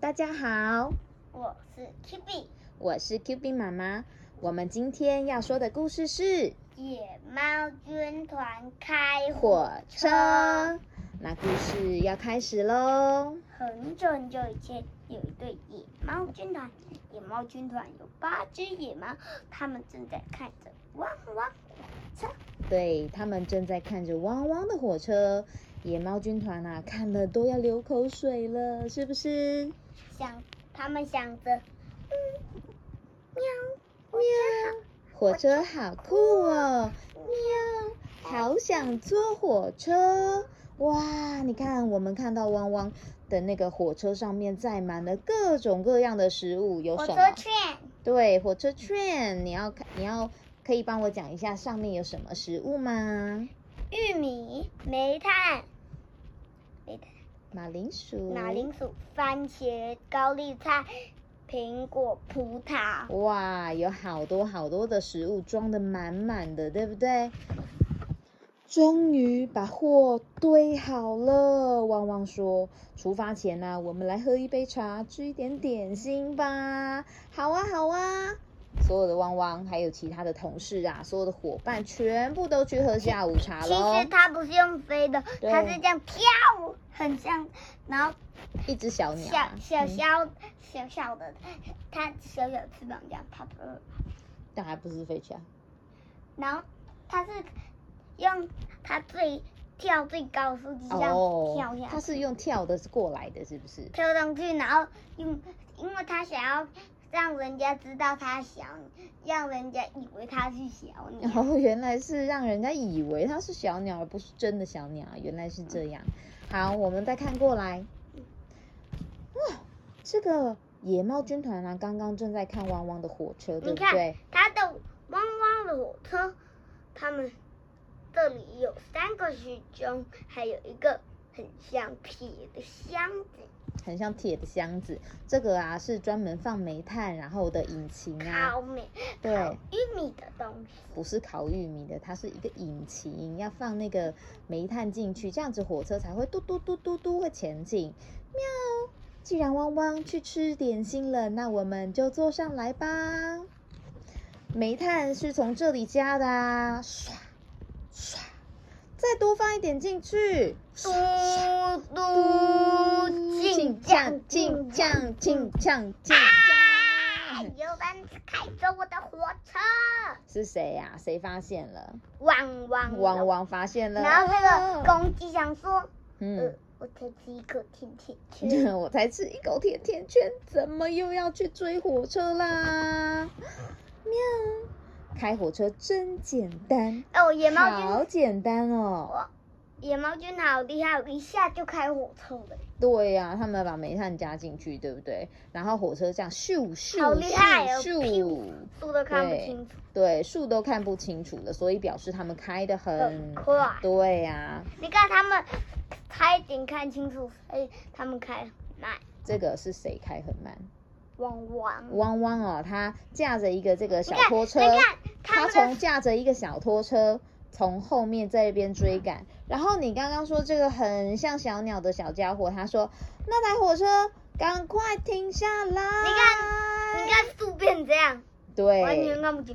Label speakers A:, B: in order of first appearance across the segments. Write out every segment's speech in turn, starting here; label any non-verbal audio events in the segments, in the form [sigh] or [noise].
A: 大家好，
B: 我是 K B
A: 我是 Q B 妈妈。我们今天要说的故事是
B: 野猫军团开
A: 火
B: 火
A: 车。那故事要开始喽。
B: 很久很久以前，有一队野猫军团，野猫军团有八只野猫，它们正在看着汪汪火车。
A: 对他们正在看着汪汪的火车，野猫军团啊，看了都要流口水了，是不是？
B: 想，他们想着，嗯，喵，
A: 喵，火车好酷哦！喵，好想坐火车。哇，你看，我们看到汪汪的那个火车上面载满了各种各样的食物，有
B: 火
A: 什
B: 车
A: 么？
B: 券，
A: 对，火车券。你要看，你要可以帮我讲一下上面有什么食物吗？
B: 玉米、煤炭、煤炭、
A: 马铃薯。
B: 马铃薯、番茄、高丽菜、苹果、葡萄。
A: 哇，有好多好多的食物装的满满的，对不对？终于把货堆好了，旺旺说：“出发前呢、我们来喝一杯茶，吃一点点心吧。”好啊，好啊！所有的旺旺还有其他的同事啊，所有的伙伴全部都去喝下午茶
B: 其
A: 喽
B: 实。它不是用飞的，
A: 对
B: 它是这样飘，很像，然后
A: 一只小鸟
B: 小
A: 啊、
B: 小
A: 嗯
B: 小小小的，它小小翅膀这样啪啪，
A: 但还不是飞起来。
B: 然后它是用它最跳最高的速度这样跳下
A: 哦它
B: 去，
A: 是用跳的过来的，是不是？
B: 跳上去，然后用，因为它想要让人家知道它小你，让人家以为它是小
A: 然
B: 鸟。
A: 后 [laughs] 原来是让人家以为它是小鸟，而不是真的小鸟，原来是这样。
B: 嗯
A: 好，我们再看过来。哇，这个野猫军团啊，刚刚正在看汪汪的火车，
B: 你
A: 对不
B: 看
A: 对？
B: 它的汪汪的火车，它们这里有三个时钟，还有一个很像铁的箱子，
A: 很像铁的箱子。这个啊是专门放煤炭然后的引擎啊，
B: 烤美
A: 对
B: 烤玉米的东西。
A: 不是烤玉米的，它是一个引擎，要放那个煤炭进去，这样子火车才会嘟嘟嘟嘟嘟会前进。喵！既然汪汪去吃点心了，那我们就坐上来吧。煤炭是从这里加的啊，唰唰，再多放一点进去，
B: 嘟
A: 唰唰
B: 嘟进酱进
A: 进
B: 酱
A: 酱进酱进
B: 啊！
A: 酱。
B: 有人开着我的火车，
A: 是谁呀、谁发现了？
B: 汪汪
A: 汪。汪发现了。
B: 然后那个公鸡想说，
A: 嗯
B: 呃，，我才吃一口甜甜圈，
A: [laughs] 我才吃一口甜甜圈，怎么又要去追火车啦？喵，开火车真简单，
B: 哦，野猫君
A: 好简单哦。
B: 哇，野猫君好厉害，一下就开火车了，
A: 对呀、他们把煤炭加进去，对不对？然后火车这样咻咻
B: 好厉害哦
A: 咻咻
B: 咻，速度看不清楚，
A: 对，树都看不清楚了，所以表示他们开的很
B: 很。快。
A: 对啊呀、
B: 你看他们差一点看清楚，所以他们开很慢，
A: 这个是谁开很慢？
B: 汪汪。
A: 汪汪哦，他驾着一个这个
B: 你
A: 小
B: 看，
A: 拖车。
B: 你看他
A: 他
B: 们
A: 从
B: 的
A: 驾着一个小拖车从后面这边追赶。然后你刚刚说这个很像小鸟的小家伙，他说那台火车赶快停下来。
B: 你看，你，看树变这样，完全
A: 对
B: 看不清，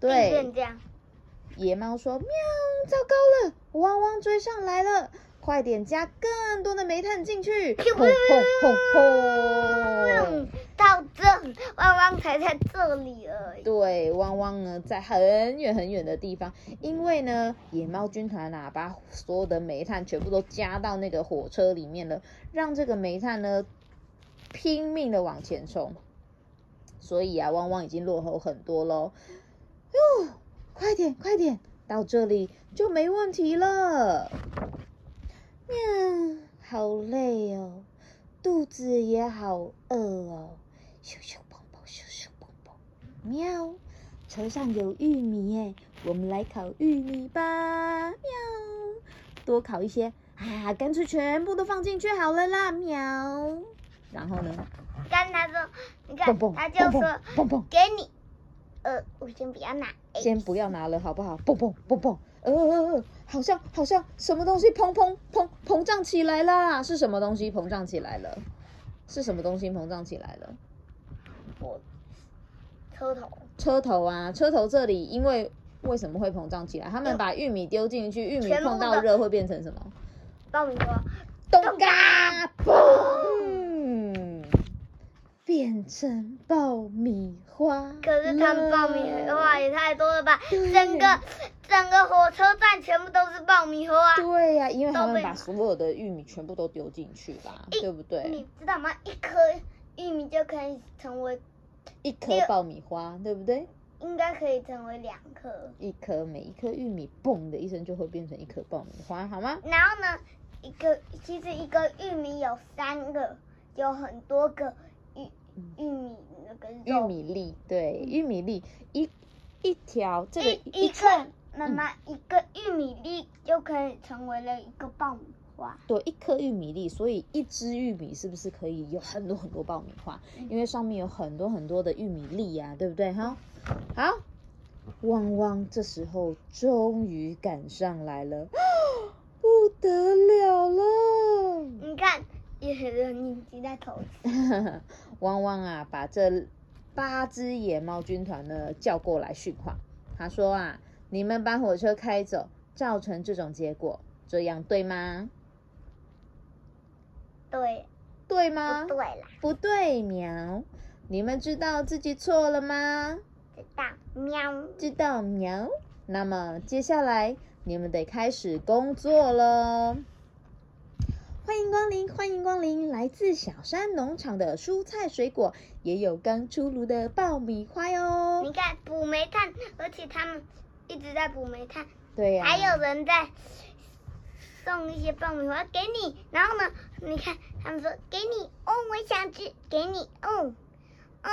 B: 地变
A: 对，
B: 这样，
A: 野猫说喵，糟糕了，汪汪追上来了。快点加更多的煤炭进去！
B: 噗
A: 轰轰轰轰！
B: 嗯，到这汪汪才在这里而已。
A: 对，汪汪呢在很远很远的地方，因为呢野猫军团啊把所有的煤炭全部都加到那个火车里面了，让这个煤炭呢拼命的往前冲，所以啊汪汪已经落后很多喽。哟，快点快点，到这里就没问题了。喵，好累哦，肚子也好饿哦，咻咻蹦蹦，咻咻蹦蹦。喵，车上有玉米耶，我们来烤玉米吧。喵，多烤一些啊，干脆全部都放进去好了啦。喵，然后呢？
B: 你看他说，你看
A: 蹦蹦，
B: 他就
A: 蹦
B: 说
A: 蹦蹦蹦，
B: 给你，呃，我先不要拿，哎
A: 先不要拿了好不好？蹦蹦蹦蹦，呃呃呃，好像好像什么东西砰砰砰膨胀起来啦，是什么东西膨胀起来了？是什么东西膨胀起来了？
B: 我车头，
A: 车头啊，车头这里因为为什么会膨胀起来？他们把玉米丢进去，玉米
B: 全部
A: 碰到
B: 的
A: 热会变成什么？
B: 爆米花，
A: 咚
B: 咚
A: 嘎嘣，变成爆米花了。
B: 可是他们爆米花也太多了吧？
A: 对
B: 整个整个火车站全部都是爆米花。啊
A: 对呀、因为他
B: 都
A: 们
B: 被
A: 把所有的玉米全部都丢进去啦，对不对
B: 你？知道吗？一颗玉米就可以成为，
A: 一颗爆米花，对不对？
B: 应该可以成为两颗。
A: 一颗每一颗玉米，嘣的一声就会变成一颗爆米花，好吗？
B: 然后呢，一个其实一个玉米有三个，有很多个玉
A: 嗯
B: 玉米那个
A: 玉
B: 肉。
A: 米粒，对，玉米粒一一条，这个
B: 一一
A: 串
B: 个妈妈一个玉米粒就可以成为了一个爆米花。
A: 对，一颗玉米粒，所以一只玉米是不是可以有很多很多爆米花？因为上面有很多很多的玉米粒呀、对不对？哈，好，汪汪这时候终于赶上来了，不得了了！ [laughs]
B: 你看，也很隐记在头上。
A: 汪汪啊，把这八只野猫军团呢叫过来训话。他说啊，你们把火车开走，造成这种结果，这样对吗？
B: 对，
A: 对
B: 不
A: 吗？
B: 哦对啦，
A: 不对，喵！你们知道自己错了吗？
B: 知道喵。
A: 知道喵。那么接下来你们得开始工作喽。欢迎光临，欢迎光临！来自小山农场的蔬菜水果，也有刚出炉的爆米花哟
B: 你。看补煤炭，而且他们一直在补煤炭，
A: 对呀、
B: 还有人在送一些爆米花给你。然后呢，你看他们说给你，哦，我想吃，给你，哦，嗯，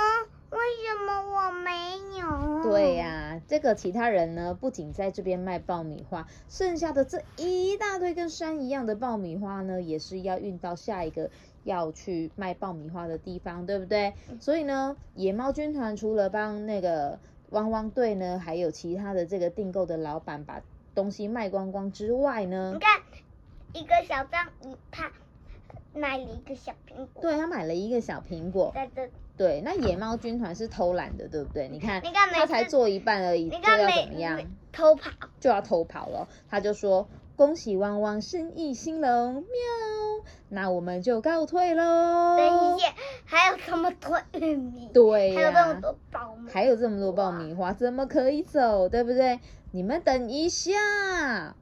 B: 为什么我没有？
A: 对呀、这个其他人呢，不仅在这边卖爆米花，剩下的这一大堆跟山一样的爆米花呢，也是要运到下一个要去卖爆米花的地方，对不对？
B: 嗯
A: 所以呢，野猫军团除了帮那个汪汪队呢，还有其他的这个订购的老板把东西卖光光之外呢
B: 你，看，一个小章鱼，他买了一个小苹果，
A: 对他买了一个小苹果。
B: 在这，
A: 对，那野猫军团是偷懒的，对不对？你看，
B: 你看每
A: 他才
B: 次
A: 做一半而已，
B: 你
A: 就
B: 看
A: 要
B: 每
A: 怎么样
B: 每？偷跑，
A: 就要偷跑了。他就说：“恭喜汪汪生意兴隆，喵！那我们就告退喽。”
B: 等一下还有这么多玉米，
A: 对
B: 还有
A: 呀、
B: 这么多苞米，
A: 还有这么多爆米花，怎么可以走？对不对？你们等一下。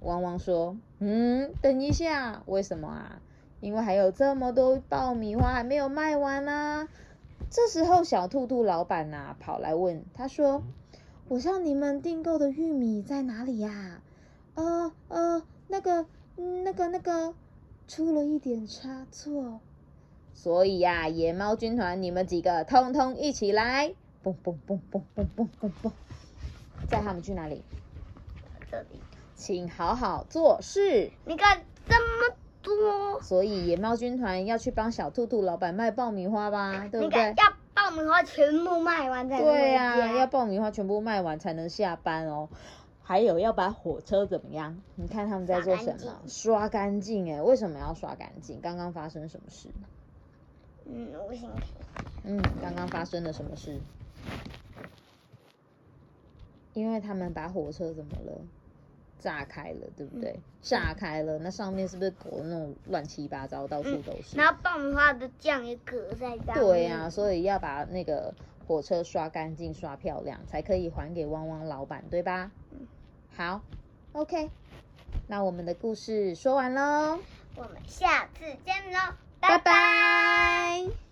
A: 汪汪说：“嗯，等一下，为什么啊？因为还有这么多爆米花还没有卖完呢、这时候，小兔兔老板呐、跑来问他说：“我向你们订购的玉米在哪里呀、呃呃，那个嗯那个那个，出了一点差错。所以呀、野猫军团，你们几个通通一起来！嘣嘣嘣嘣嘣嘣嘣嘣！载他们去哪里？
B: 这里，
A: 请好好做事。
B: 你看这么多，
A: 所以野猫军团要去帮小兔兔老板卖爆米花吧，对不
B: 你
A: 对
B: 看？要爆米花全部卖完才能
A: 对呀、
B: 回家
A: 要爆米花全部卖完才能下班哦。还有要把火车怎么样？你看他们在做什
B: 刷干
A: 么？刷干净哎，为什么要刷干净？刚刚发生什么事？
B: 嗯，我想看，
A: 嗯，刚刚发生了什么事？因为他们把火车怎么了？炸开了，对不对？
B: 嗯
A: 炸开了，那上面是不是裹那种乱七八糟，到处
B: 嗯
A: 都是？
B: 然后嗯爆米花的酱也搁在上面，
A: 对呀、所以要把那个火车刷干净、刷漂亮，才可以还给汪汪老板，对吧？
B: 嗯
A: 好，OK，那我们的故事说完喽，
B: 我们下次见喽，
A: 拜拜